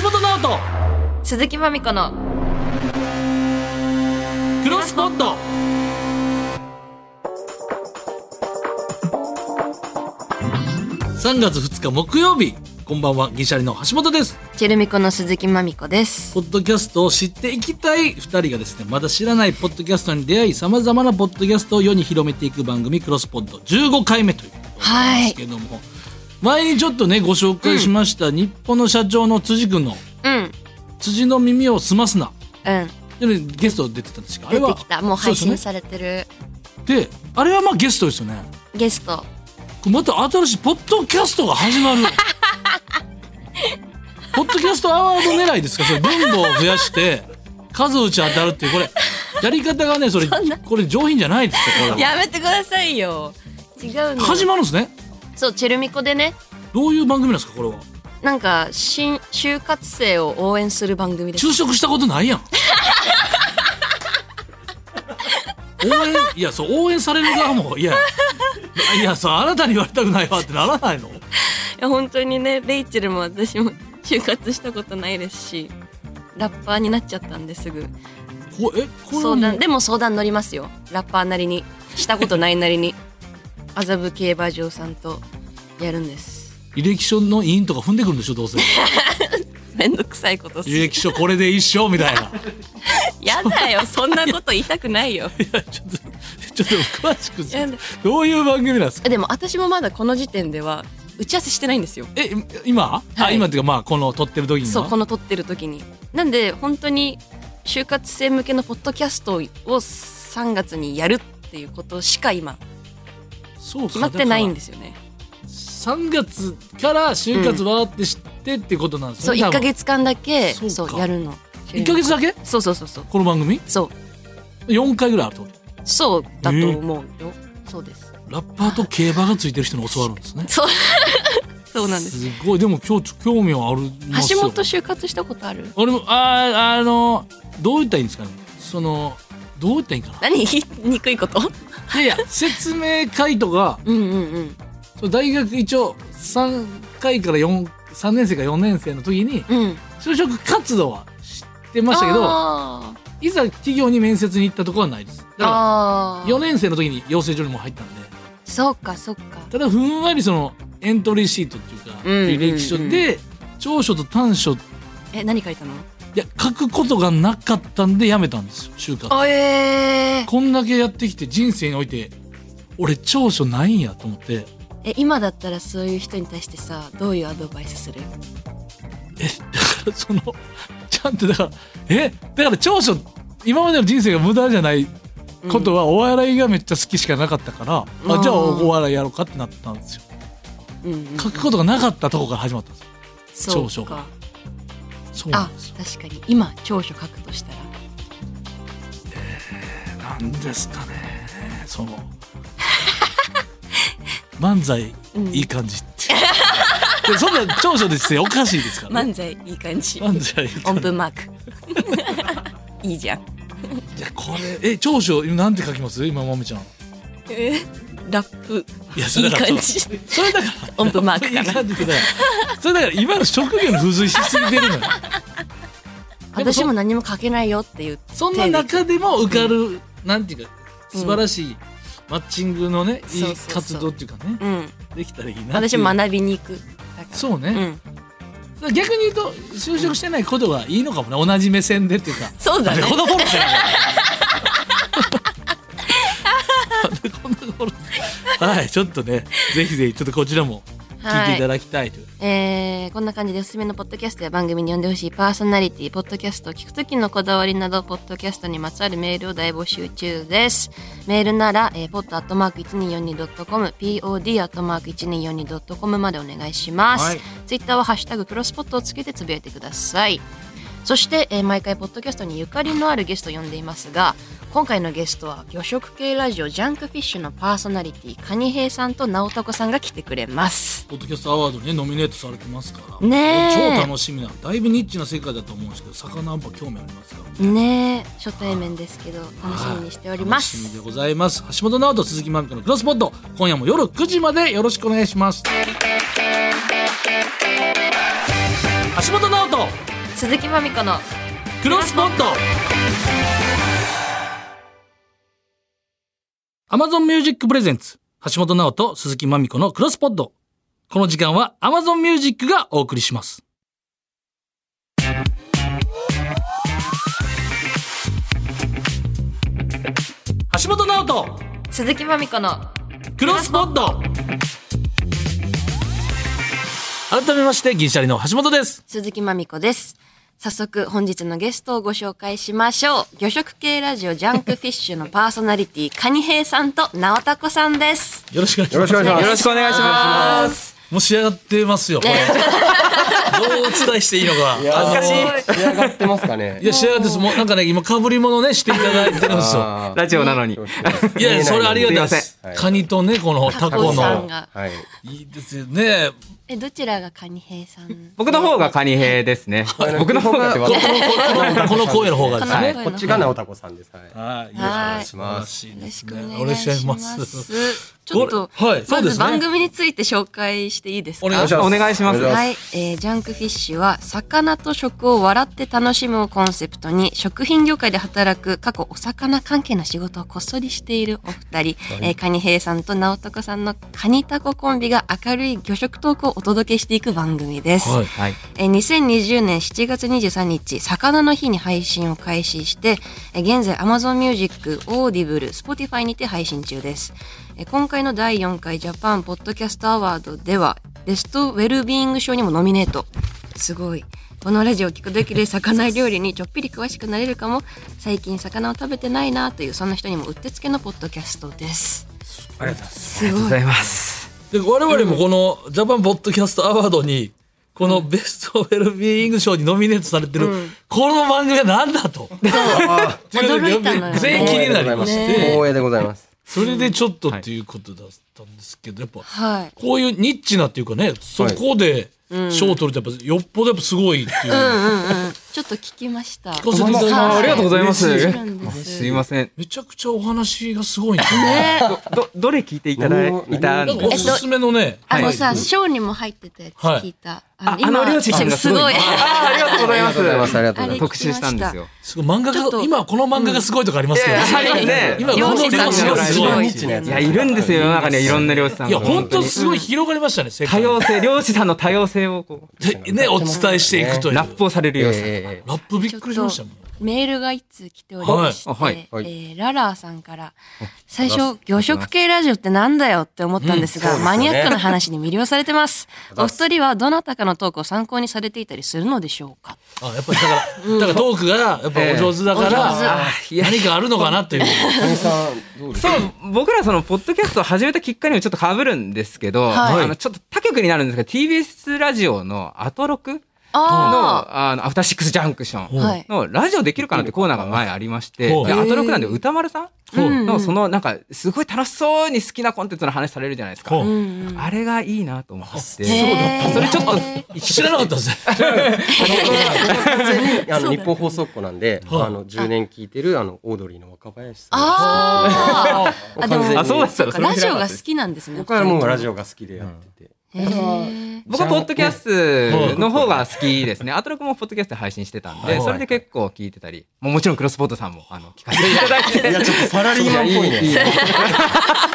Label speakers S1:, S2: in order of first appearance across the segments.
S1: 橋本直人
S2: 鈴木まみこの
S1: クロスポット3月2日木曜日こんばんは銀シャリの橋本です
S2: チェルミコの鈴木まみこです
S1: ポッドキャストを知っていきたい2人がですねまだ知らないポッドキャストに出会いさまざまなポッドキャストを世に広めていく番組「クロスポッド」15回目ということなんですけども、前にちょっとねご紹介しました、日本の社長の辻君の
S2: うん
S1: 「辻の耳を澄ますな
S2: うん」
S1: でねゲスト出てたんですけどあれ
S2: 出
S1: は
S2: てきたもう配
S1: そう
S2: 信
S1: ですね
S2: されてる
S1: であれはまあゲストですよね
S2: ゲスト
S1: また新しいポッドキャストが始まるポッドキャストアワード狙いですかそれ分母を増やして数打ち当たるっていうこれやり方がねそれ
S2: そんな
S1: これ上品じゃないですよこれは
S2: やめてくださいよ違うの
S1: 始まるんですね
S2: そうチェルミコでね
S1: どういう番組なんですかこれは
S2: なんか新就活生を応援する番組です
S1: 就職したことないやん応援いやそう応援される側もいやいやそうあなたに言われたくないわってならないの
S2: いや本当にねレイチェルも私も 就活したことないですしラッパーになっちゃったんですぐ
S1: こえこれ
S2: 相談でも相談乗りますよラッパーなりにしたことないなり に麻布競馬場さんとやるんです
S1: 履歴書の印とか踏んでくるんでしょど うせ
S2: めんどくさいことす
S1: 履
S2: る
S1: 歴書これで一生みたい な
S2: やだよ そんなこと言いたくないよ
S1: いやちょっと、 ちょっと詳しく
S2: やだ
S1: どういう番組なんですか
S2: でも私もまだこの時点では打ち合わせしてないんですよ
S1: え、今、
S2: は
S1: あ、
S2: い
S1: 今っていうか、まあ、この撮ってる時に
S2: そうこ
S1: の。
S2: の撮ってる時になんで本当に就活生向けのポッドキャストを3月にやるっていうことしか今
S1: そう。
S2: 決まってないんですすよね
S1: 3月から就活わーって知ってってことなんです
S2: そう
S1: ね。
S2: 1
S1: 多
S2: か
S1: 分。
S2: 月間だけ
S1: そ
S2: そうう
S1: か
S2: やるの
S1: 1ヶ月だけ
S2: そうそうそうそう
S1: この番組
S2: そう
S1: ?4 回ぐらいあるってこと。
S2: そうだと思うよ、そうです
S1: ラッパーと競馬がついてる人に教わるんですね。
S2: そう そうなんです
S1: すごい。でも今日ちょ、興味はあるます
S2: 橋
S1: よ
S2: 本就活したことある
S1: 俺も、あー、あの、どう言ったらいいんですかね。その、どう言ったらいいんかな。
S2: 何 言いにくいこと
S1: いやいや、説明会とか、
S2: うんうんうん
S1: そう大学一応3回から4、3年生か4年生の時に
S2: うん
S1: 就職活動は知ってましたけど、
S2: あー
S1: いざ企業に面接に行ったところはないです。だか
S2: あ
S1: ら
S2: ー
S1: 4年生の時に養成所にも入ったんで、
S2: そうかそうか
S1: ただふんわりそのエントリーシートっていうか、
S2: うんうんうん
S1: 履歴書で長所と短所、い
S2: え何書いたの
S1: や、書くことがなかったんでやめたんですよ、就活。
S2: あえー
S1: こんだけやってきて人生において、俺長所ないんやと思って、
S2: え今だったらそういう人に対してさどういうアドバイスする
S1: えだからそのちゃんとだからえだから長所今までの人生が無駄じゃないことはお笑いがめっちゃ好きしかなかったから、
S2: う
S1: あ
S2: ん
S1: じゃあお笑いやろうかってなったんですよ
S2: うんうんうん
S1: 書くことがなかったとこから始まったんですよ
S2: そう
S1: 長所が
S2: か
S1: そうな
S2: あ
S1: んですよ
S2: 確かに今長所書くとしたら
S1: なんですかねその漫才いい感じって、でそんな長所ですよおかしいですから、ね、
S2: 漫才いい感じ
S1: 漫才いい感
S2: 音
S1: じ
S2: 符マーク いいじゃん
S1: いやこれえ長所なんて書きます今まみちゃん
S2: えーラップ
S1: いやそ
S2: い
S1: れ
S2: い
S1: だから
S2: 感
S1: ちょ
S2: じ
S1: それだから
S2: 音符マーク
S1: いや
S2: か な
S1: なんでだよそれだから今の職業の付随しすぎてるのよ
S2: 私も何も書けないよっていう
S1: そんな中でも受かる、なんていうか素晴らしいマッチングのね、い
S2: そうそ
S1: いう
S2: そう
S1: 活動っていうかね
S2: うん
S1: できたらいいなっていう
S2: 私も学びに行くだから
S1: そう
S2: う
S1: ね、
S2: ん
S1: 逆に言うと就職してないことがいいのかもね同じ目線でっていうか
S2: そうだね
S1: このフォロー してないこのフォローはいちょっとねぜひぜひちょっとこちらも聞いていただきたいという、
S2: えーこんな感じでおすすめのポッドキャストや番組に呼んでほしいパーソナリティ、ポッドキャストを聞くときのこだわりなど、ポッドキャストにまつわるメールを大募集中です。メールなら、えー、pod.1242.com、pod.1242.com までお願いします。
S1: はい
S2: ツイッターはハッシュタグクロスポットをつけてつぶやいてください。そして、えー毎回ポッドキャストにゆかりのあるゲストを呼んでいますが、今回のゲストは魚食系ラジオジャンクフィッシュのパーソナリティ、カニヘイさんとナオタコさんが来てくれます。
S1: ポッドキャストアワードにねノミネートされてますから
S2: ねえ
S1: 超楽しみなだいぶニッチな世界だと思うんですけど魚あんぱ興味ありますから
S2: ねえ初対面ですけど楽しみにしておりま
S1: はい楽しみ
S2: す
S1: でございます橋本直人鈴木まみこのクロスポット今夜も夜9時までよろしくお願いします橋本直人
S2: 鈴木まみこの
S1: クロスポット Amazon Music Presents 橋本直人鈴木まみこのクロスポットこの時間は Amazon Music がお送りします橋本直人
S2: 鈴木まみこの
S1: クロスポット改めまして銀シャリの橋本です
S2: 鈴木まみこです早速本日のゲストをご紹介しましょう魚食系ラジオジャンクフィッシュのパーソナリティカニヘイさんと直田子さんです
S1: よろしくお願いし
S3: よ
S1: ま
S3: ろし
S1: す
S3: くお願いします。
S4: よろしくお願いします。
S1: もう仕上がってますよ、これどうお伝えしていいのか
S4: 恥ずかしい。
S3: 仕上がってますかね
S1: い。や仕上がってますもうなんかね今かぶり物ねしていただいてるんですよ
S3: あー
S4: ラジオなのに。
S1: いやいやそれありがたいです
S3: すいませんはい
S1: カニとねこのタコ
S2: タコさん
S1: の
S2: が
S3: はい。
S1: いいですよね
S2: えどちらがカニヘイさん
S4: 僕の方がカニ兵ですね。僕の方が
S3: こ
S1: この声の方がです
S2: は
S1: ね
S2: い
S3: こっちが直太子さんです。はい。
S1: はい
S2: はい
S1: 素晴らしい
S2: よ
S1: で
S2: ろし
S1: す
S2: くお
S1: ね
S2: 願いします。ちょっと、
S1: これはいそう
S2: ま
S1: で
S2: ず
S1: すね
S2: 番組について紹介していいですか
S1: お願いしま
S4: お願いします
S3: お願
S2: はい、えージャンクフィッシュは魚と食を笑って楽しむをコンセプトに食品業界で働く過去お魚関係の仕事をこっそりしているお二人、えーカニヘイさんと直子さんのカニタココンビが明るい魚食トークをお届けしていく番組です、
S1: はい
S4: はい。
S2: えー2020年7月23日、魚の日に配信を開始して、えー現在 Amazon Music、Audible、Spotify にて配信中です。えー今回の第4回ジャパンポッドキャストアワードでは、ベストウェルビーイング賞にもノミネート。すごい。このラジオを聞くだけで魚料理にちょっぴり詳しくなれるかも、最近魚を食べてないなという、そんな人にもうってつけのポッドキャストです。
S4: ありがとうございます。
S2: す
S4: ご
S2: ごい。
S4: ざいます。
S1: で我々もこのジャパンポッドキャストアワードにこのベストウェルビーイング賞にノミネートされてる、この番組は何だ と。
S2: 驚いたのよね
S1: 全員気になりまし
S3: 光栄でございます
S1: て、
S3: 光栄でございます。
S1: それでちょっとっていうことだったんですけど、やっぱ
S2: はい。
S1: こういうニッチなっていうかね、そこで賞を取るとやっぱよっぽどやっぱすごいっていう。
S2: ちょっと聞きました。
S1: 聞かせていただきま
S2: は
S1: し
S2: い
S1: た
S4: ありがとうございます。
S2: 嬉しいんです
S4: すいません。
S1: めちゃくちゃお話がすごいんですよね。
S4: ど、ど、どれ聞いていただい
S3: 何を
S4: いた
S1: なんんかお
S4: です
S1: すめのね、
S2: あの
S1: は
S2: さ、
S1: い
S2: ショーにも入ってたやつ
S1: はい
S2: 聞いた。
S4: ああの両親がすごい。あーありがとうござい
S3: ありがとうござい
S4: ま
S3: ます。
S4: す
S3: あ。りがとうございま
S4: 特集したんですよ。
S1: すごい漫画
S2: ちょっと
S1: が、今この漫画がすごいとかありますけど、
S4: いやいやありますね
S1: 今この両親がすごい。
S3: す。
S2: いや
S4: いや、いるんですよ、世の中にはいろんな漁師さん
S1: い
S4: が。
S1: や、本当すごい広がりましたね、世
S4: 多
S1: 界。
S4: 様性、漁師さんの多様性をこう、
S1: でね、お伝えしていくという。ラ
S4: ラ
S1: ッ
S4: ップをされる
S3: えええ
S4: 漁師さん。
S3: ええ
S1: プびっ
S2: ちょっ
S1: くりしました
S2: と
S1: もん。
S2: メールが一通来ておりまして、
S4: はいはい
S3: はい
S2: えーララーさんから、最初、魚食系ラジオってなんだよって思ったんですが、マニアックな話に魅了されてます。お二人はどなたかのトークを参考にされていたりするのでしょうか
S1: あ、やっぱりだから、だからトークが、やっぱお上手だか
S2: ええお
S1: ら、何かあるのかなという。
S3: え。カニさんどうです
S4: そ
S3: か。
S4: う僕らそのポッドキャストを始めたきっかけにもちょっとかぶるんですけど、
S2: はい
S4: あのちょっと他局になるんですが TBS ラジオの「アトロク」の
S2: あ
S4: あのアフターシックス・ジャンクショ
S2: あ、
S4: ン
S2: はい。
S4: のラジオできるかなってコーナーが前ありまして、
S1: ほう
S4: で
S1: へ
S4: ア
S1: ー
S4: トロクなんで歌丸さ
S1: うん
S4: のそのなんかすごい楽しそうに好きなコンテンツの話されるじゃないですか。
S1: ほう
S2: うん
S4: あれがいいなと思って。
S2: へー
S4: それちょっと、
S1: 知らなかったですね。
S3: あの日本放送っ子なんで、
S1: はい
S3: あの10年聞いてるあのオードリーの若林さん。
S2: あ ーあ、でも、
S4: あ、そうです
S2: そう
S4: よ
S2: かラジオが好
S4: き。
S2: きなんですね。
S3: 僕はもうラジオが好きでやってて。
S2: へー
S4: 僕はポッドキャストの方が好きですね。アトロクもポッドキャストで配信してたん
S1: はい
S4: で、それで結構聞いてたり、もうもちろんクロスポートさんもあの聞かせていただいて。
S3: いやちょっとサラリーマンっぽいね。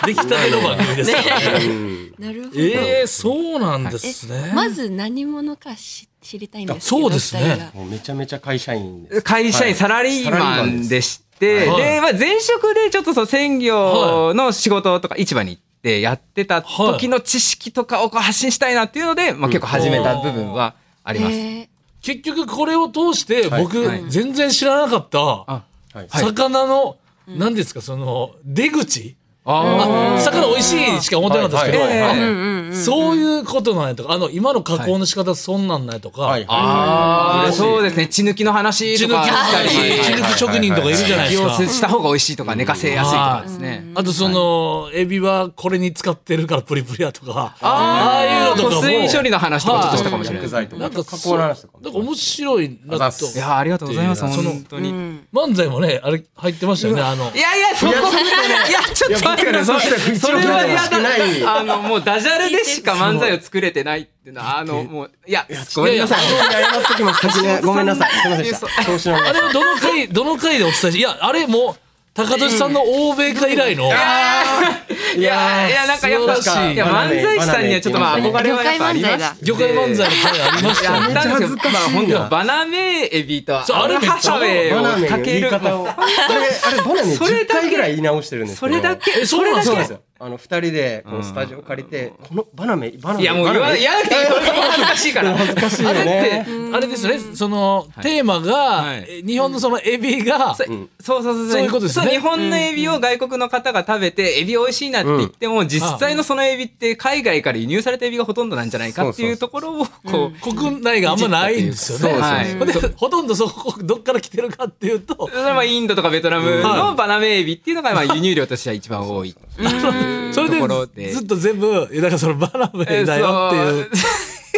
S1: できたての番組ですからね。
S3: うん
S2: なるほど。
S1: ええ、そうなんですね。
S2: まず何者かし知りたいんですけど
S1: そうですね
S2: お二人が
S3: もうめちゃめちゃ会社員です。
S4: 会社
S3: はい
S4: 員、サラリーマンでして、
S1: はい
S4: で、まあ前職でちょっとそう専業の仕事とか市場に行ってやってた時の知識とかをこう発信したいなっていうので、まあ結構始めた部分はあります。
S2: へ
S1: 結局これを通して、僕
S4: はい、
S1: 全然知らなかった、
S4: あ
S3: はい。
S1: 魚の、何ですか、その、出口
S4: あー
S1: 魚美味しいしか思ってなかったですけど、
S3: はい
S4: はい
S1: あ
S2: ーうんうんうん
S1: そういうことなんやとか、あの、今の加工の仕方そんなんなんやとか、
S3: はい。
S4: あー、そうですね。血抜きの話
S1: 血
S4: と
S1: 抜き
S4: か。したり
S3: はい
S1: 血抜き職人とかいるじゃないで
S4: 血
S1: す
S4: を
S1: か。
S4: した方が美味しいとか、寝かせやすいとかですね。
S1: あとその、エビはこれに使ってるからプリプリやとか、
S4: あ
S1: ああいうのとかも。
S4: 水処理の話とかちょっとしたかもしれ
S3: 薬
S4: ないです。
S3: 剤と
S1: な
S3: か
S1: んか
S3: 加工の話とか
S1: そう。なんか面白いな
S3: あざっ
S1: と
S3: す。
S4: いやー、ありがとうございます。
S1: その
S4: 本当に。
S2: うん
S1: 漫才もね、あれ入ってましたよね、あの。
S4: いやいや、そこいやちょっと待ってくださいそそれは嫌だあのもうダジャレでしか漫才を作れてないっていうのはあのもういやごめんなさい
S3: 謝っときます。先にごめんなさい。すみませんでした。調子乗りま
S1: あ
S3: し
S1: れはどの回、どの回でお伝えし、いや、あれもう、高俊さんの欧米化以来の、
S3: た。い
S4: いやなんかやっ
S1: 素晴ら
S4: ぱ
S1: しい
S4: いや漫才師さんにはちょっとまあ
S2: 魚
S4: 憧れはや
S2: 介
S4: っぱあ
S2: 漫
S4: りま
S2: 才
S4: す
S2: だ。
S1: 魚介漫才の回ありました
S4: や
S1: よ
S4: っ
S1: ね。
S4: たんです
S3: め
S4: け
S3: っ
S4: ど
S3: ちゃ恥ずかしいな
S4: まあ本当はバナメエビと
S1: そう
S4: アルファ社名
S3: バナ
S4: を
S3: メ
S4: か
S3: の
S4: け
S3: 言い
S4: る
S3: 方を。あれあれバナメ
S4: それ
S3: 10
S4: だけ
S3: 回ぐらい言い直してるんですけ
S4: そ
S3: ど。
S4: れだけ
S1: え
S4: そ
S1: そう
S4: れ
S1: なん
S4: だ
S1: ですか
S3: そうなん
S4: け
S3: ですよ。あの二人でこのスタジオ借りてこのバナメバナメ
S4: いやもう言わ言わなくていい。それ恥ずかしいから。
S3: 恥ずかしいよ
S1: あれって
S3: ね。、
S1: あれですね、その、テーマが
S4: は、い
S1: え日本のそのエビが、
S3: ん
S4: そうそうそう
S1: そういうことですね
S4: そう日本のエビを外国の方が食べて、エビ美味しいなって言っても、実際のそのエビって海外から輸入されたエビがほとんどなんじゃないかっていうところを、こう。
S1: 国内があんまないんですよね。
S4: はい
S1: ほんでほとんどそこ、どっから来てるかっていうと、
S4: まあインドとかベトナムのバナメエビっていうのがまあ輸入量としては一番多い。
S1: それ
S4: ところ
S1: で
S4: で
S1: ずっと全部、えだからそのバナメだよっていう。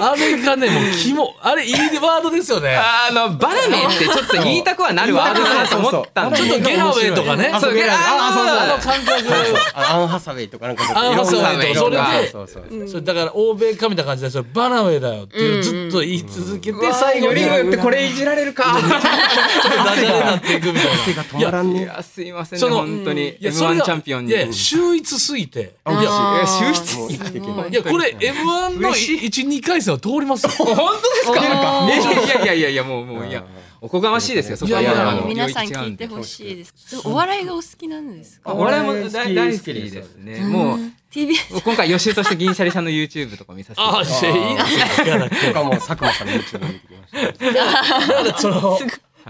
S1: あれがね、もう肝、あれいいワードですよね。
S4: あの、バナメってちょっと言いたくはなるワードだなと思ったんで。
S1: ちょっとゲラウェイとかね。
S4: そうゲラウェイ
S1: あの
S4: あ
S1: あの感
S3: そうそう
S1: 覚。
S3: あアンハサウェイとかなんかちょっと
S1: アンハサウェイとか
S3: いろんなそうそうそう
S1: それだから欧米かみたいな感じでそれバナウェイだよっていうずっと言い続けて最後にちょっ
S4: ってこれいじられるか。
S1: とダジャレになっていくみたいな。
S3: 止まらん
S4: い
S3: ね。
S4: や、すいません
S1: そ
S4: ね、
S1: の
S4: 本当に。
S1: いやそれ
S4: M1
S1: が
S4: チャンピオン
S1: い
S4: に。
S1: や秀逸すぎて。いやい
S4: いや秀逸
S3: もう生きていけない。
S1: やこれ M1 の
S4: 嬉し
S1: 1、2回戦は通り ますよ。
S4: 本当です
S2: お
S4: か
S2: ー
S4: いやいやいやいやいやもうもういやおこがましいですよそこはい
S1: やいや
S4: あの
S2: 皆さん
S4: 領域違う
S2: 聞い
S4: で
S2: てほしいです。そうお笑いがお好きなんですか
S3: あ
S4: 俺も大大好き
S3: 好き
S4: で
S3: です
S4: すねもう
S2: ?TBS
S4: もう今回予習として銀シャリさんの YouTube とか見させて
S1: ああ、いいですから。
S3: とかもう佐久間さんの YouTube 見てきました。
S1: ただその、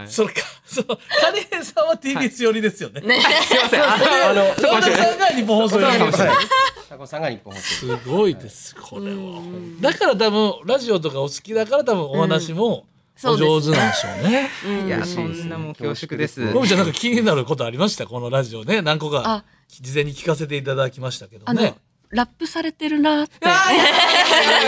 S1: そのか、その、金平さんは TBS 寄りですよね。
S4: すいませんあ
S3: あの佐
S1: 金平さんが日本放送寄りかもしれない。
S3: 久間さんが日本放送。
S1: すごいです、これは。だから多分、ラジオとかお好きだから多分お話も
S2: うん
S1: お上手なんでしょうね。
S4: いやそんなもう恐縮です
S1: もみちゃんなんか気になることありましたこのラジオね。何個か
S2: あ
S1: 事前に聞かせていただきましたけど
S2: あの、
S1: ね。
S2: ラップされてるなって。
S4: いや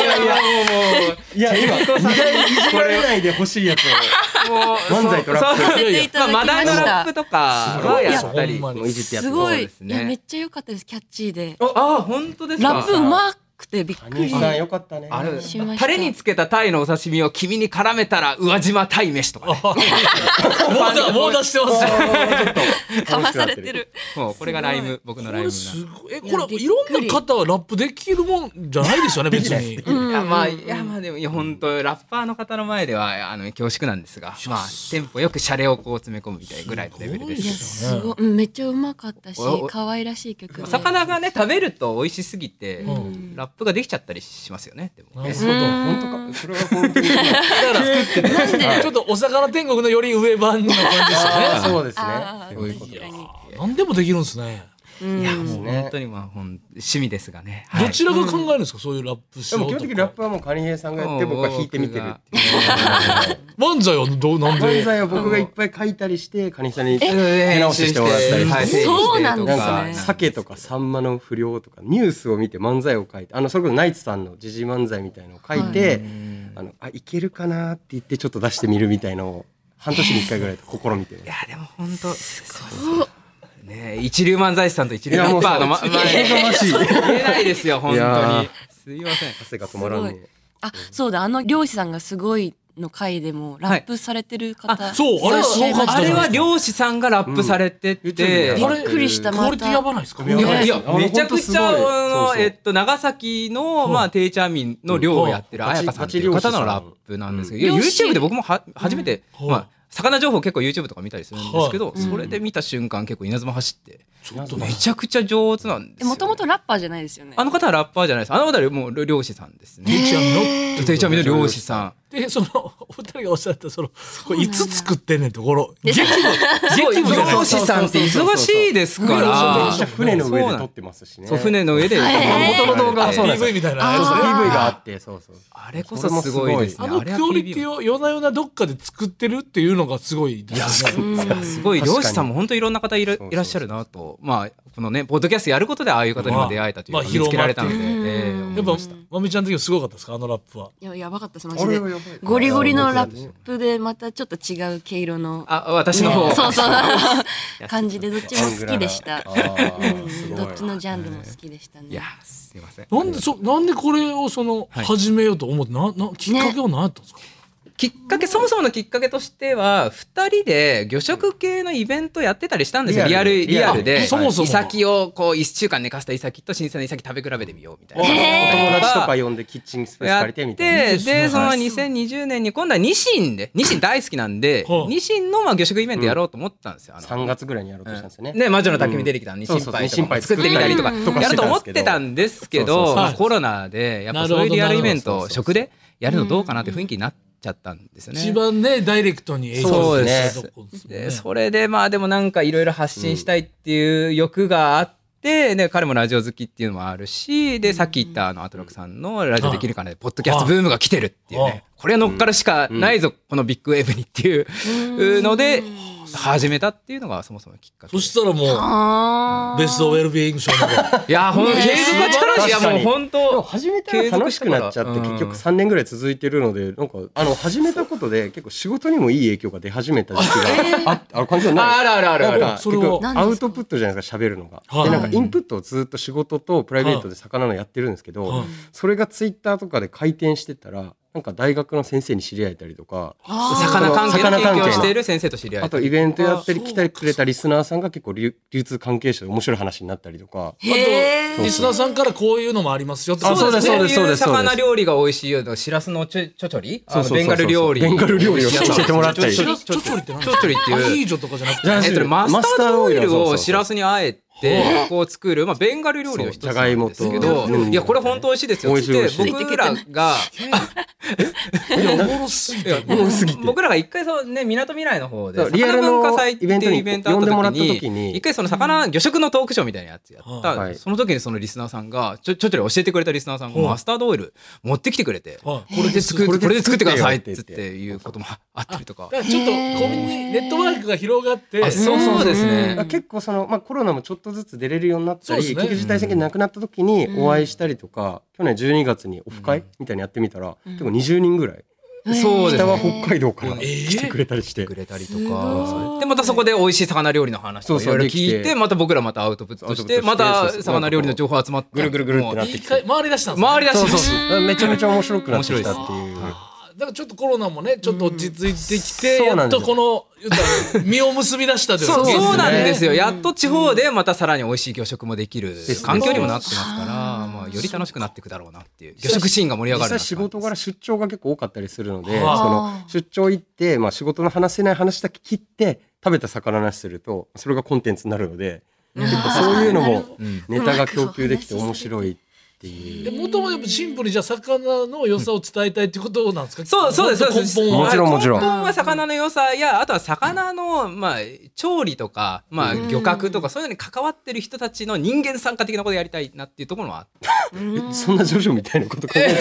S4: いやもうもう
S3: いや今二回いじられないで欲しいやつ
S4: もう
S3: 漫才とラップ
S4: そう
S2: させていただき
S4: ま
S2: ま
S4: あマダイの
S2: し
S4: ラッ
S2: た
S4: プ。とかはやった
S1: い
S4: り
S1: やほんまに
S3: をもういじってやって
S2: す
S3: る
S2: ご
S4: そう
S2: い、
S4: です
S2: い
S4: ね
S2: やめっちゃ良かったですキャッチーで
S4: あ本当ですか
S2: ラップうまくてびっく
S3: 羽
S2: り
S3: 生さんよかったね。
S4: あれ
S2: しました
S4: タレにつけたタイのお刺身を君に絡めたら宇和島タイ飯とかね
S1: もうだもう出してます
S3: あ
S1: よ。
S3: ーちょっと
S2: かまされてる
S4: もうこれがライム僕
S1: こ
S4: のライ
S1: れ
S4: ムな
S1: すごい。え、
S2: い
S1: こ
S2: や
S1: れ
S2: びっくり
S1: いろんな方はラップできるもんじゃないですよね、別に。
S4: いやまあいやまあでもいや本当ラッパーの方の前ではあの恐縮なんですがまあテンポよくシャレをこう詰め込むみたいなぐらいのレベルで
S1: いや
S4: す。
S2: すごいうんめっちゃうまかったし
S4: おお
S2: 可愛らしい曲で
S4: 魚がね食べると美味しすぎて、ラップができちゃったりしますよね。でも
S1: なるほ
S3: ちょ
S1: ど
S3: っと本当かそれは本当に今
S1: だから、ちょっとお魚天国のより上版の感じですよね。
S3: あーそうです
S2: あー
S3: ね。そういうこと
S2: 確かに
S1: 何でもできるんですね。
S4: いやもう本当にまあ本趣味ですがね。はい
S1: どちらが考えるんですか、そういうラップし
S3: で
S1: よう
S3: も
S1: とか
S3: 基本的にラップはもうカニヘイさんがやって僕は弾いてみてるっていう。
S1: 漫才はどうなん
S3: 漫
S1: で
S3: 才を僕がいっぱい書いたりしてカニヘイさんに手
S4: 手
S3: 直ししてもらったりして。
S2: いそうなんですね
S3: なんか鮭とかサンマの不良とかニュースを見て漫才を書いてあのそれこそナイツさんの時事漫才みたいのを書いて、あのあいけるかなって言ってちょっと出してみるみたいのを半年に1回ぐらいと試みてる
S4: いやでも本当すごい。ね一流漫才師さんと一流ラ
S3: も
S4: ッ
S3: う
S4: パーのま
S3: そう
S4: ま
S3: 一流の話
S4: 言えないですよ
S3: い
S4: 本当
S3: や
S4: に。すいません。
S3: 汗が止まらんね
S2: あそうだあの漁師さんがすごいの回でもラップされてる方、
S1: あそうあれすごかった
S4: あれは漁師さんがラップされてて、
S3: うん
S2: びっくりした
S1: クオ
S2: ま
S1: リテ
S2: た
S1: ィやばないですか。
S4: いやいや
S3: あの
S4: めちゃくちゃ
S3: ほんとすごいそ
S4: あ
S3: う
S4: の
S3: そう
S4: えっと長崎のまあ定置網の漁をやってる
S3: うん
S4: 彩香さんっていう方のラップなんですけど、
S2: うん
S4: いや YouTube で僕もは初めて
S1: うん
S4: まあ魚情報結構 YouTube とか見たりするんですけど、それで見た瞬間結構稲妻走って
S1: ちょっとね
S4: めちゃくちゃ上手なんですよ。
S2: もともとラッパーじゃないですよね
S4: あの方はラッパーじゃないです。あの方はもう漁師さんですね。
S1: ちゃんの
S4: 定置網の漁師さん。
S1: でそのお二人がおっしゃったそのこれいつ作ってんねんところ激務激務じゃない
S4: 漁
S1: です
S4: 師さんって忙しいですか
S3: め
S4: ら。
S3: っちゃ船の上で撮ってますしね
S4: そう船の上で。
S1: か
S3: 元の動画はそうなんですよ
S1: PV みたいな
S3: そうそう
S1: や
S3: PV があってそうそう
S4: あれこそすごいです
S1: つあ
S4: ね。
S1: の
S4: あれは
S1: クオリ
S4: PV
S1: ティを夜な夜などっかで作ってるっていうのがすごいですね
S4: いやすごい
S3: 確か
S4: 漁
S3: に
S4: 師さんも本当いろんな方いら
S3: そうそうそう
S4: いらっしゃるなとまあこのねポッドキャストやることでああいう方にも出会えたという
S1: ま
S4: か
S1: あ
S4: 見つけられたので
S1: まあ
S4: ええ
S1: やっぱまみちゃんの時もすごかったですかあのラップは
S2: ややばかったですマ
S3: あ
S2: ジ
S3: れ
S2: で
S3: はやば
S2: ゴリゴリのラップでまたちょっと違う毛色の、
S4: あ、私の方。
S2: ねそうそう 感じでどっちも好きでした
S3: あ。ー
S2: うん
S3: すごい
S2: どっちのジャンルも好きでしたね。
S4: いや、すいません。
S1: なんでそなんでこれをその、
S4: はい
S1: 始めようと思ってななきっかけは何やったんですか、
S4: きっかけ、そもそものきっかけとしては、二人で魚食系のイベントやってたりしたんですよ。リ
S3: リ
S4: ア
S3: ア
S4: ル、
S3: ル
S4: リアル
S1: あ
S4: で。
S1: そもそも
S4: イサキをこう、一週間寝かせたイサキと新鮮なイサキ食べ比べてみようみたいな。
S3: 友
S2: へ
S4: ー
S3: 達とか呼んでキッチンスペース
S4: や
S3: 借り
S4: って
S3: てみたいな。
S4: でその
S1: はい
S4: 2020年に今度はニシンでニシン大好きなんで
S1: はあ
S4: ニシンのまあ魚食イベントやろうと思ってたんですよ。あの
S3: 3月ぐらいにやろうとしたんですよね。
S4: ね、魔女の宅に出てきたのに、
S3: うん
S4: 心配とかも作ってみたりとか、
S3: そうそうそう
S4: やると思ってたんですけ
S3: そうそうそ
S4: ど、
S3: う
S4: まあコロナで、やっぱそういうリアルイベントを食でやるのどうかなって雰囲気になっちゃったんですよね。
S1: 一番ねダイレクトに影響
S4: そうです
S1: するとこですね
S4: でそれでまあでもなんかいろいろ発信したいっていう欲があって、ね、彼もラジオ好きっていうのもあるしでさっき言ったあのアトロックさんの「ラジオできるかな」でポッドキャストブームが来てるっていうねこれは乗っかるしかないぞ、このビッグウェーブにっていうので始めたっていうのがそもそものきっかけ
S1: そしたらも
S2: あ
S1: う
S2: ー
S1: ベストウェルビーイング賞の方
S4: いやほんと
S2: ね
S4: 継続は力なしいやもう本
S3: でも
S4: 当
S3: 始めたら楽しくなっちゃって
S4: うん
S3: 結局3年ぐらい続いてるのでなんかあの始めたことで結構仕事にもいい影響が出始めた時期がああ感じ
S4: あ
S3: ない
S4: あるあるあるあ
S3: なん
S4: る
S3: か
S1: そ
S3: 結
S1: れは
S3: 構
S2: 何ですか
S3: アウトプットじゃないですか喋るのが。
S1: はい
S3: でなんかインプットをずっと仕事とプライベートで魚のやってるんですけ
S1: はい
S3: どそれがツイッターとかで回転してたらなんか大学の先生に知り合えたりとか
S2: あー
S4: 魚関係の
S3: 魚関係
S4: 研
S3: の
S4: 究をしている先生と知り合い
S3: あとイベントやってきてくれたリスナーさんが結構流流通関係者で面白い話になったりとか。
S2: へー
S1: リスナーさんからこういうのもありますよって
S3: あそうです
S4: ね
S3: そうですそうです
S4: こういう魚料理が美味しいよ。しらすのちょちょちょりあの
S3: そうそう
S4: ベン
S3: そうそ
S4: ガ
S3: う
S4: ル料理。
S3: ベンガル料理を
S4: ちょ
S3: 教えてもらったり
S1: ち
S4: ち
S1: ょ
S4: ょ
S1: ち
S4: ち
S1: ょ
S4: ょ
S1: ちょちょりって何
S4: ちょちょりって
S1: アヒ
S4: い
S1: ー
S4: う。
S1: ジョとかじゃなくて
S3: じゃあ
S4: えっとねマスタードオイル
S3: マスタードオイルをそうそうそ
S4: を
S3: う
S4: しらすにあえてこう作る、まあ、ベンガル料理の一つなんですけ
S3: そうじゃがいも
S4: ど、
S3: とうん
S4: いやこれ本当美味しいですよ
S3: 美味しい美味し
S4: つっ
S3: い
S4: て僕らが
S1: いやおもろすぎ て
S4: いや僕らが一回そうね港未来の方で
S3: そうリアル
S4: 魚
S3: の
S4: 文化祭っていうイ
S3: イ
S4: ベ
S3: ベ
S4: ン
S3: ン
S4: ト
S3: トに
S4: あっ
S3: 呼んでもら
S4: た
S3: った時
S4: 時に
S3: に
S4: 一回その魚魚食のトークショーみたいなやつやった、
S3: はい
S4: その時にそのリスナーさんがちょちょっと教えてくれたリスナーさんが
S1: はい
S4: マスタードオイル持ってきてくれて、
S1: はい
S4: これで作っ
S3: これで
S4: これで作ってくださいっ
S3: 作ってよ
S4: つっ
S3: って
S4: ていうこともあったりとか
S1: だ。からちょっとコミュニネットワークが広がって
S4: あそうそうです
S2: う
S4: ね
S2: ん
S3: だから結構その、まあ、コロナもちょっとずつ出れるようになったり、
S1: そうですね
S3: 緊急事態宣言なくなった時にお会いしたりとか、去年12月にオフ会みたいにやってみたら、結構20人ぐらい、
S4: そうです
S3: 北
S4: ね
S3: は北海道から
S1: えー
S3: 来てくれたりして、
S4: くれたりと
S2: すご
S4: か
S2: い
S4: でまたそこで美味しい魚料理の話とかい
S3: そうそ
S4: ろ
S3: う
S4: いろ聞い
S3: でき
S4: て
S3: て
S4: また僕らまたアウトプットして
S3: アウトプ
S4: ま
S3: ットしてそうそ
S4: た
S3: う
S4: 魚料理の情報集まって
S3: ぐるぐるぐるってなっ
S4: も
S3: て
S1: 一
S3: き
S1: 回
S3: て
S1: 回り出したんで
S4: う
S1: すね
S4: 回り出し
S3: そ
S4: て
S3: うそうそうだからめちゃめちゃ面白くなってきたっていう
S1: あーだからちょっとコロナもねちょっと落ち着いてきて
S3: そう
S1: や
S3: な
S1: っ
S3: んです
S1: と
S3: よ
S1: この言ったら実を結び出したという
S4: そう
S1: か
S4: そうなんですすよ。やっと地方でまたさらに美味しい魚食もできる
S3: すね
S4: 環境にもなってますから、まあより楽しくなっていくだろうなっていう。魚食シーンが盛り上が
S3: 実
S4: るな
S3: 際
S4: って
S3: 仕事から出張が結構多かったりするので、そ
S1: はあ
S3: の出張行って、まあ仕事の話せない話だけ切って、食べた魚の話すると、それがコンテンツになるので、結構そういうのも
S4: うん
S3: ネタが供給できて面白いっていう。
S1: もともとやっぱシンプルにじゃあ魚の良さを伝えたいってことなんですか
S4: そうそうですそうです。
S1: 根本は
S3: もちろんもちろん
S4: 根本は魚の良さやあとは魚のまあ調理とかまあ漁獲とかそういうのに関わってる人たちの人間参加的なことやりたいなっていうところはあって。
S3: えそんなジョジョみたいなこと考えて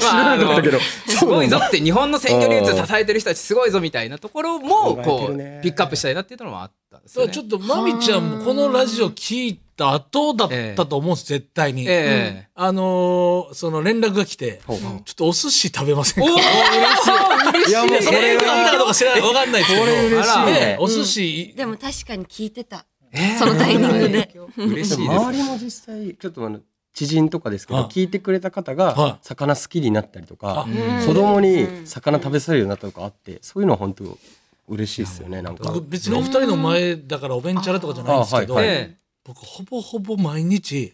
S3: た 知
S4: まあ
S3: ら
S4: あ
S3: なかったけど
S4: の。 すごいぞって日本の鮮魚流通支えてる人たちすごいぞみたいなところ
S3: 考
S4: も
S3: えて
S4: こ
S3: る
S4: う
S3: ね
S4: ピックアップしたいなっていうのもあったんです
S1: だか
S4: よ
S1: ら
S4: ね
S1: ちょ。っとまみちゃんもこのラジオ聞いた後だったと思うんです絶対に、
S4: ええ
S1: あのーその連絡が来て、
S3: ほう
S1: ち
S3: ほ
S1: ょ
S3: う
S1: っとお寿司食べませんか
S4: おー嬉しい
S3: いやもうこ
S1: それ
S3: れ
S1: が来たかどう
S3: は
S1: か知らないわかんないですけど
S3: これ嬉しいね
S1: ねお寿司、
S2: でも確かに聞いてた。そのタイミングで。
S4: 嬉しいです。
S3: 周りも実際ちょっとあの知人とかですけど
S1: はい
S3: 聞いてくれた方
S1: はい
S3: が魚好きになったりと
S1: あ
S3: か
S2: うん
S3: 子供に魚食べされるようになったとかあってそういうのは本当嬉しいですよねなんか
S1: 僕別にお二人の前だからおべんちゃらとかじゃないんですけど、
S3: あはいはい
S4: え
S1: 僕ほぼほぼ毎日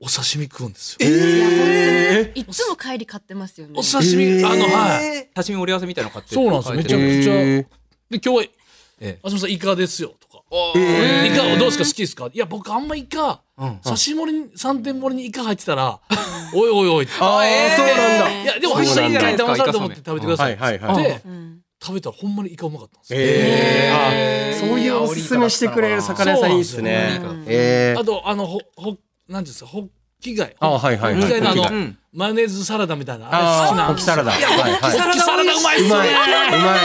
S1: お刺身食うんですよ、
S3: え
S2: いつも帰り買ってますよね
S1: お。刺身、
S3: えー
S1: あのはい
S4: え刺身盛り合わせみたいなの買って
S1: そうなんですよめちゃくちゃ
S3: え
S1: で今日は
S4: ええ
S1: 「あすみませんイカですよ」とか
S4: お
S1: 「
S4: ー
S1: イカをどうですか好きですか?」いや僕あんまイカ
S4: うん
S1: 刺し盛りに三点盛りにイカ入ってたら 「おいおいおい」
S3: ああ
S4: えー
S3: そうなんだ
S1: いやでも美味しい
S3: そう
S1: 一
S3: なんだ
S1: 回騙されたと思って食べてくださ
S3: はいい
S1: っ
S3: はい
S1: て
S3: はい
S1: で食べたらほんまにイカうまかったんですよ
S3: え
S4: え
S3: ー
S4: ー
S3: そういうおすすめしてくれる魚屋さんいいっすね
S4: そうなん
S2: ですよ
S3: え
S1: あ
S3: ー
S1: とあのほほなんていうんですかホッキ貝
S3: あはいはいは
S1: ホ
S3: い
S1: ッキ貝のあ
S3: ホッ
S1: の
S3: キ
S4: 貝うん
S1: マヨネーズサラダみたいなあれ好き
S3: あ
S1: な
S3: ー
S1: ん
S3: き
S1: です
S3: サラダはいはい
S1: ホッキサラダうまいっ
S3: う
S1: すよ
S3: まい
S1: ね
S3: うまい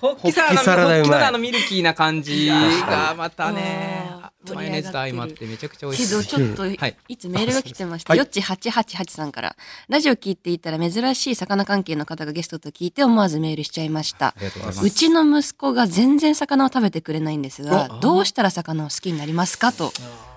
S4: ホッキサラダ
S3: ホッキサラダうまい
S4: ホッキサラダのミルキーな感じがまたね
S2: 盛
S4: マ
S2: り
S4: ヨネ
S2: 上
S4: ーズと
S2: がっ
S4: 相まって
S2: る
S4: てめちゃくちゃ美味
S2: け
S4: し
S2: ど
S4: い。
S2: ちょっと
S4: はい
S2: いつメールが来てました、
S3: はい
S2: よっち888さんからラジオ聞いていたら珍しい魚関係の方がゲストと聞いて思わずメールしちゃいました
S4: ありがとうございま
S2: う
S4: す。
S2: ちの息子が全然魚を食べてくれないんですがどうしたら魚を好きになりますかと、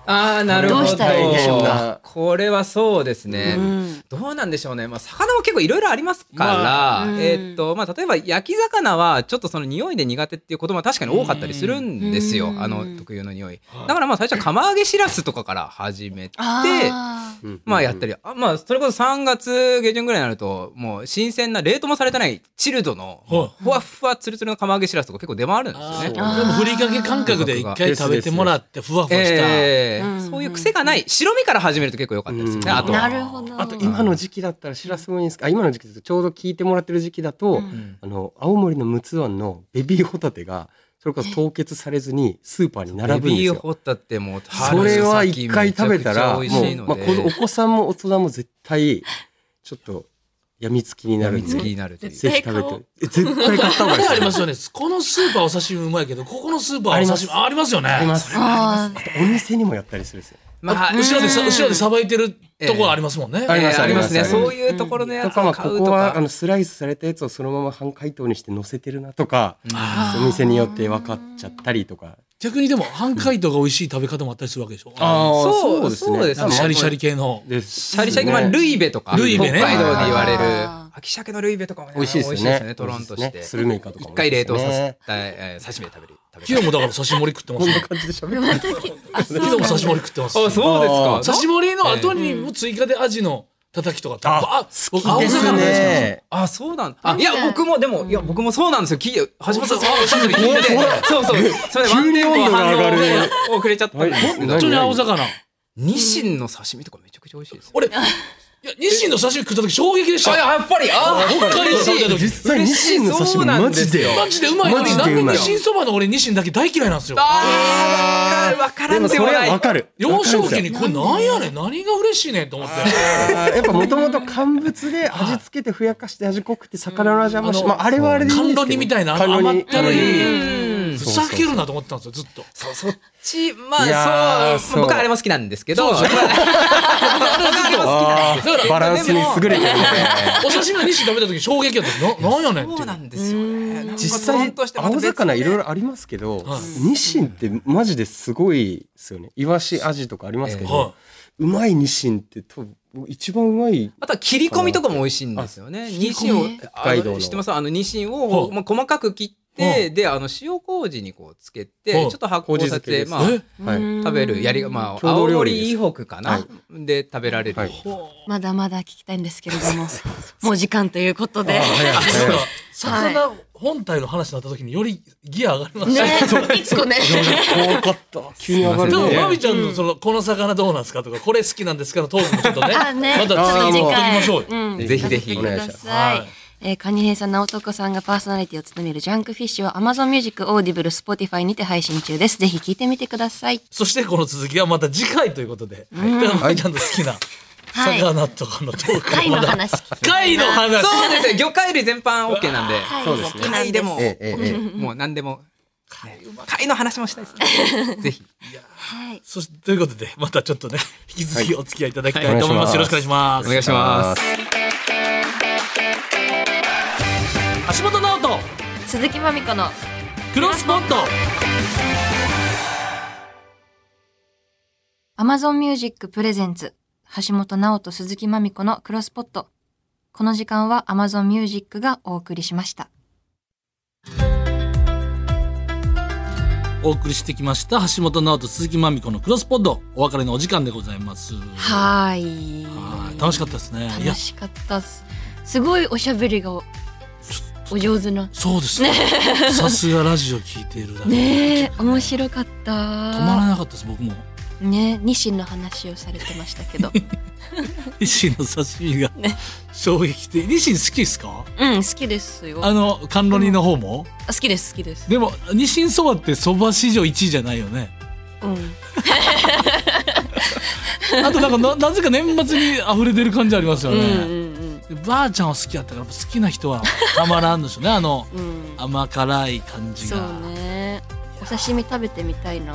S4: ああ、なるほど。
S2: どうしたらいいでしょう
S3: か
S4: これはそうですね。
S2: うん
S4: どうなんでしょうね。まあ、魚も結構いろいろありますから、
S1: ま
S2: あうん
S4: えーっと、まあ、例えば焼き魚は、ちょっとその匂いで苦手っていう言葉は確かに多かったりするんです
S2: う
S4: よ。
S2: ん
S4: あの特有の匂い。だからまあ、最初は釜揚げしらすとかから始めて、
S2: あ
S3: うん
S4: まあやったり、あまあ、それこそ3月下旬ぐらいになると、もう新鮮な冷凍もされてないチルドの、
S1: は
S4: ふわっふわつるつるの釜揚げしらすとか結構出回るんですよ
S1: あー
S4: ね。
S1: でもふりかけ感覚で一回食べてもらってふわふわした、
S4: ええ
S2: うんうん
S4: そういう癖がない白身から始めると結構良かったですよね、
S3: うん
S4: あ
S2: ー
S4: と
S2: な
S4: は
S2: るほど
S3: あと今の時期だったらしらすもいいんですかあ今の時期だとちょうど聞いてもらってる時期だ
S2: う
S3: と、
S2: ん
S3: あの青森の陸奥湾のベビーホタテがそれこそ凍結されずにスーパーに並ぶんで
S4: ベ
S3: す
S4: ビー
S3: よ。
S4: ホタテも
S3: それは一回食べたらも、
S4: 春先めちゃくちゃ美味しいうの
S3: まあ、
S4: で
S3: こお子さんも大人も絶対ちょっとやみつきになるんで
S4: 病みつきになるという
S3: ぜひ食べてえ絶対買った方がいいです
S1: あり ますよね。このスーパーお刺身うまいけど、ここのスーパーお刺身ありますよね。
S3: あります
S2: あ
S3: あとお店にもやったりするんですよ。
S4: まあ
S1: 後ろでさ、
S4: うん
S1: 後ろでさばいてるところありますもんね。
S3: あり
S4: え
S3: ます
S4: ーありますね
S3: あります
S4: そういうところのや
S3: と
S4: つ
S3: か
S4: を
S3: は
S4: 買
S3: こ
S4: う
S3: ことはあ
S4: か
S3: のスライスされたやつをそのまま半解凍にして乗せてるなとか
S1: あ
S3: お店によって分かっちゃったりとか
S1: 逆にでも、半解凍が美味しい食べ方もあったりするわけでしょ。
S3: あー
S4: そうそうです
S1: なん
S4: ね
S1: かシャリシャリ系の。
S3: です
S4: シャリシャリ、まあ、ルイベとか
S1: ルイベね
S4: 北海道で言われる
S2: あ
S4: 秋鮭のルイベとかもね
S3: 美味しいですよね。
S4: トロンと
S3: 美
S4: し
S3: 味い
S4: て
S3: ですねスルメイカとかも
S4: 一回冷凍さ
S3: 美味しいです
S4: せ
S3: ね
S4: たえー刺身で食べる食
S1: キ
S4: べる
S1: ヨもだから刺し盛り食って ますね。
S3: 感じで喋
S2: ー
S3: る。
S2: またきあそ
S1: キ
S2: う
S1: ヨ
S2: なん
S1: も
S2: だ
S1: 刺し盛り食ってます。
S4: あそうです
S1: 刺
S4: か
S1: し盛りの後にも追加でアジの叩きとか。あ、好
S3: いいですね。
S4: あ、そうなんあ、いや、僕も、でも、いや、僕もそうなんですよ。聞いて、橋本さん、そうおっしゃってる聞いてて
S3: おお
S4: そうそう。それで、ワ
S3: 急に
S4: ンテンポ
S3: 温度が上がる
S4: 反応が遅れちゃったんですけど
S1: 本当に青魚。
S4: ニシンの刺身とかめちゃくちゃ美味しいですよ。
S1: 俺、いや、ニシンの刺身食った時衝撃でしたよ。
S4: やっぱり、あ
S1: 北海道食べた時。
S3: 実際ニシンの刺
S4: そう
S3: 身
S4: な
S3: マ
S4: んで
S3: ジ
S4: す
S3: で
S4: よ
S1: マジでうまいの
S3: マ
S1: に、
S3: ジ
S1: な
S3: で
S1: んで
S3: うまい
S1: ニシンそばの俺、ニシンだけ大嫌いなんですよ。
S4: あー、わかる
S3: で
S4: わ
S3: もそ
S4: からんでも
S3: れ
S4: な。
S3: はい分かる。
S1: 幼少期にこれなんやねん何が嬉しいねんと思って
S3: あーやっぱもともと乾物で味付けてふやかして味濃くて魚の味はまし、
S1: うん
S3: まああれはあれでいいんですけど
S1: 甘露煮みたいなあの
S3: 甘露煮
S1: 甘ったるい
S4: うん
S1: ふ
S3: そう
S1: ざ
S3: そう
S1: けるなと思ってたんですよずっと
S4: そうそっち、ま
S3: いや
S4: あ、
S3: ー
S4: そ。
S3: そうう
S4: 僕はあれも好きなんですけど、
S1: そうでしょ
S4: 僕はあれも好きなん
S3: あ
S4: です
S1: だか
S3: ー
S1: ら
S3: バランスに優れてるね
S1: お刺身のニシン食べた時衝撃やったななんやねんっ
S4: そ
S1: て
S4: う
S1: い
S4: な
S1: うん
S4: ですよね。
S3: 実
S4: な
S3: 際
S4: んかトロンとしてまた
S3: 青
S4: 別
S3: 魚いろいろありますけど、
S1: はい
S3: ニシンってマジですごいですよねイワシアジとかありますけど、
S1: は
S3: うまいニシンって多分一番うまい
S4: あとは切り込みとかも美味しいんですよね。ニシンを
S2: 切り込み、
S4: あ
S3: 北海道
S4: の
S3: の
S4: 知ってますあのニシン
S1: は
S4: を、
S1: い
S4: まあ、細かく切っ
S1: は
S4: て、で、あの、塩麹にこうつけて、ち
S1: は
S4: ょ
S1: い
S4: っと発酵さ
S3: 麹漬
S4: せ
S3: け
S4: て、
S3: です
S4: まあ、
S1: え
S3: はい
S2: うん
S4: 食べる、やりが、まあ、
S3: 郷
S4: 青
S3: 土料理
S4: 森
S3: です
S4: 以北かな
S3: は
S4: で食べられる。
S3: はい
S2: まだまだ聞きたいんですけれどももう時間ということで
S1: あそうだ
S2: はい
S1: 魚本体の話になった時によりギア上がりました
S2: ね一個 ね
S3: 怖かった急に上が
S1: で
S3: る
S1: も、まみ
S3: ね
S1: ちゃんの、その、この魚どうなんですかとか、これ好きなんですかのトークもちょっとね
S2: あ、ね、
S1: ま
S2: ちょ
S1: た
S2: っと
S1: 次
S2: 次
S1: に
S2: 回
S1: ましょうよ。
S2: うん
S4: ぜひぜひ
S2: 聞かせてくださ
S1: はい
S2: い。えー、カニ兵さん、直男さんがパーソナリティを務めるジャンクフィッシュは Amazon Music、Audible、Spotify にて配信中です。ぜひ聞いてみてください。
S1: そして、この続きはまた次回ということで、だからまみちゃんの好きな、
S2: はい
S1: 魚とかのトーク
S2: 貝の
S1: まだ
S2: 話聞きたい
S1: 貝の
S2: な。
S1: 話
S4: そうですね。魚介類全般 OK なんで。
S2: 貝
S3: そうですね
S4: 貝でも、
S3: ええええええ
S4: もう何でも。貝の話もしたいです ね。ぜひ。
S2: はい。
S1: そしてということでまたちょっとね引き続きお付き合いいただきたいと思います、
S3: はい
S1: よろしくお願いしま
S4: お
S1: す
S4: 願いします。
S1: 橋本直人
S2: 鈴木まみこの
S1: クロスポット
S2: Amazon Music プレゼンツ橋本直人鈴木まみこのクロスポットこの時間は Amazon Music がお送りしました
S1: お送りしてきました橋本直人鈴木まみ子のクロスポットお別れのお時間でございます
S2: はい
S1: はい楽しかったですねいや
S2: 楽しかったっすすごいおしゃべりがおお上手な
S1: そうです ねさすがラジオ聞いているだけで
S2: ねえ面白かっ
S1: 止まら
S2: た
S1: なかったです僕も
S2: ねニシンの話をされてました けど
S1: ニシンの刺身が、
S2: ね
S1: 衝撃的ニシン好きですか
S2: うん好きですよ
S1: あ
S2: あ
S1: の甘露煮の方も、
S2: 好きです好きです
S1: でもニシンそばってそば史上1位じゃないよね
S2: うん
S1: あとなんかななぜか年末に溢れてる感じありますよ
S2: うんう
S1: ね。
S2: ん
S1: でばあちゃんは好きだったから好きな人はたまらんでしょうねあの
S2: うんうん
S1: 甘辛い感じ
S2: そ
S1: が。
S2: うねお刺身食べてみたいな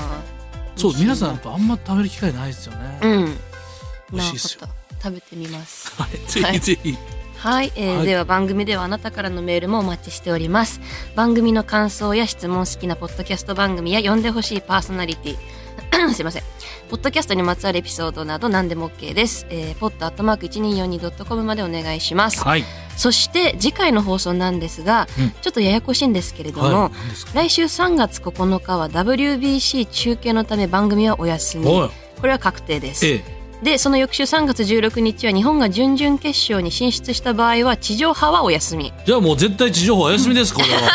S1: そう皆さんやっぱあんま食べる機会ないですよね、
S2: うん
S1: 美味しいっすよ
S2: なるほど食べてみます
S1: はいぜひぜひ
S2: はい、えー
S1: はい
S2: では番組ではあなたからのメールもお待ちしております番組の感想や質問好きなポッドキャスト番組や呼んでほしいパーソナリティ すいませんポッドキャストにまつわるエピソードなど何でも OK です、えー、ポッドアットマーク 1242.com までお願いします
S1: はい、
S2: そして次回の放送なんですが、
S1: うん
S2: ちょっとややこしいんですけれども、
S1: はい、何ですか
S2: 来週3月9日は WBC 中継のため番組はお休み
S1: おい
S2: これは確定です、
S1: ええ
S2: でその翌週3月16日は日本が準々決勝に進出した場合は地上波はお休み
S1: じゃあもう絶対地上波お休みですこれ は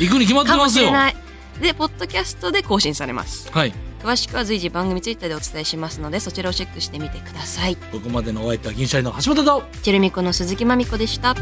S1: 行くに決まって
S2: かも
S1: ます
S2: し
S1: よ
S2: れ
S1: は
S2: ないでポッドキャストで更新されます
S1: い
S2: 詳しくは随時番組ツイッターでお伝えしますのでそちらをチェックしてみてください
S1: ここまでのお相手は銀シャリの橋本と
S2: チェルミコの鈴木まみこでした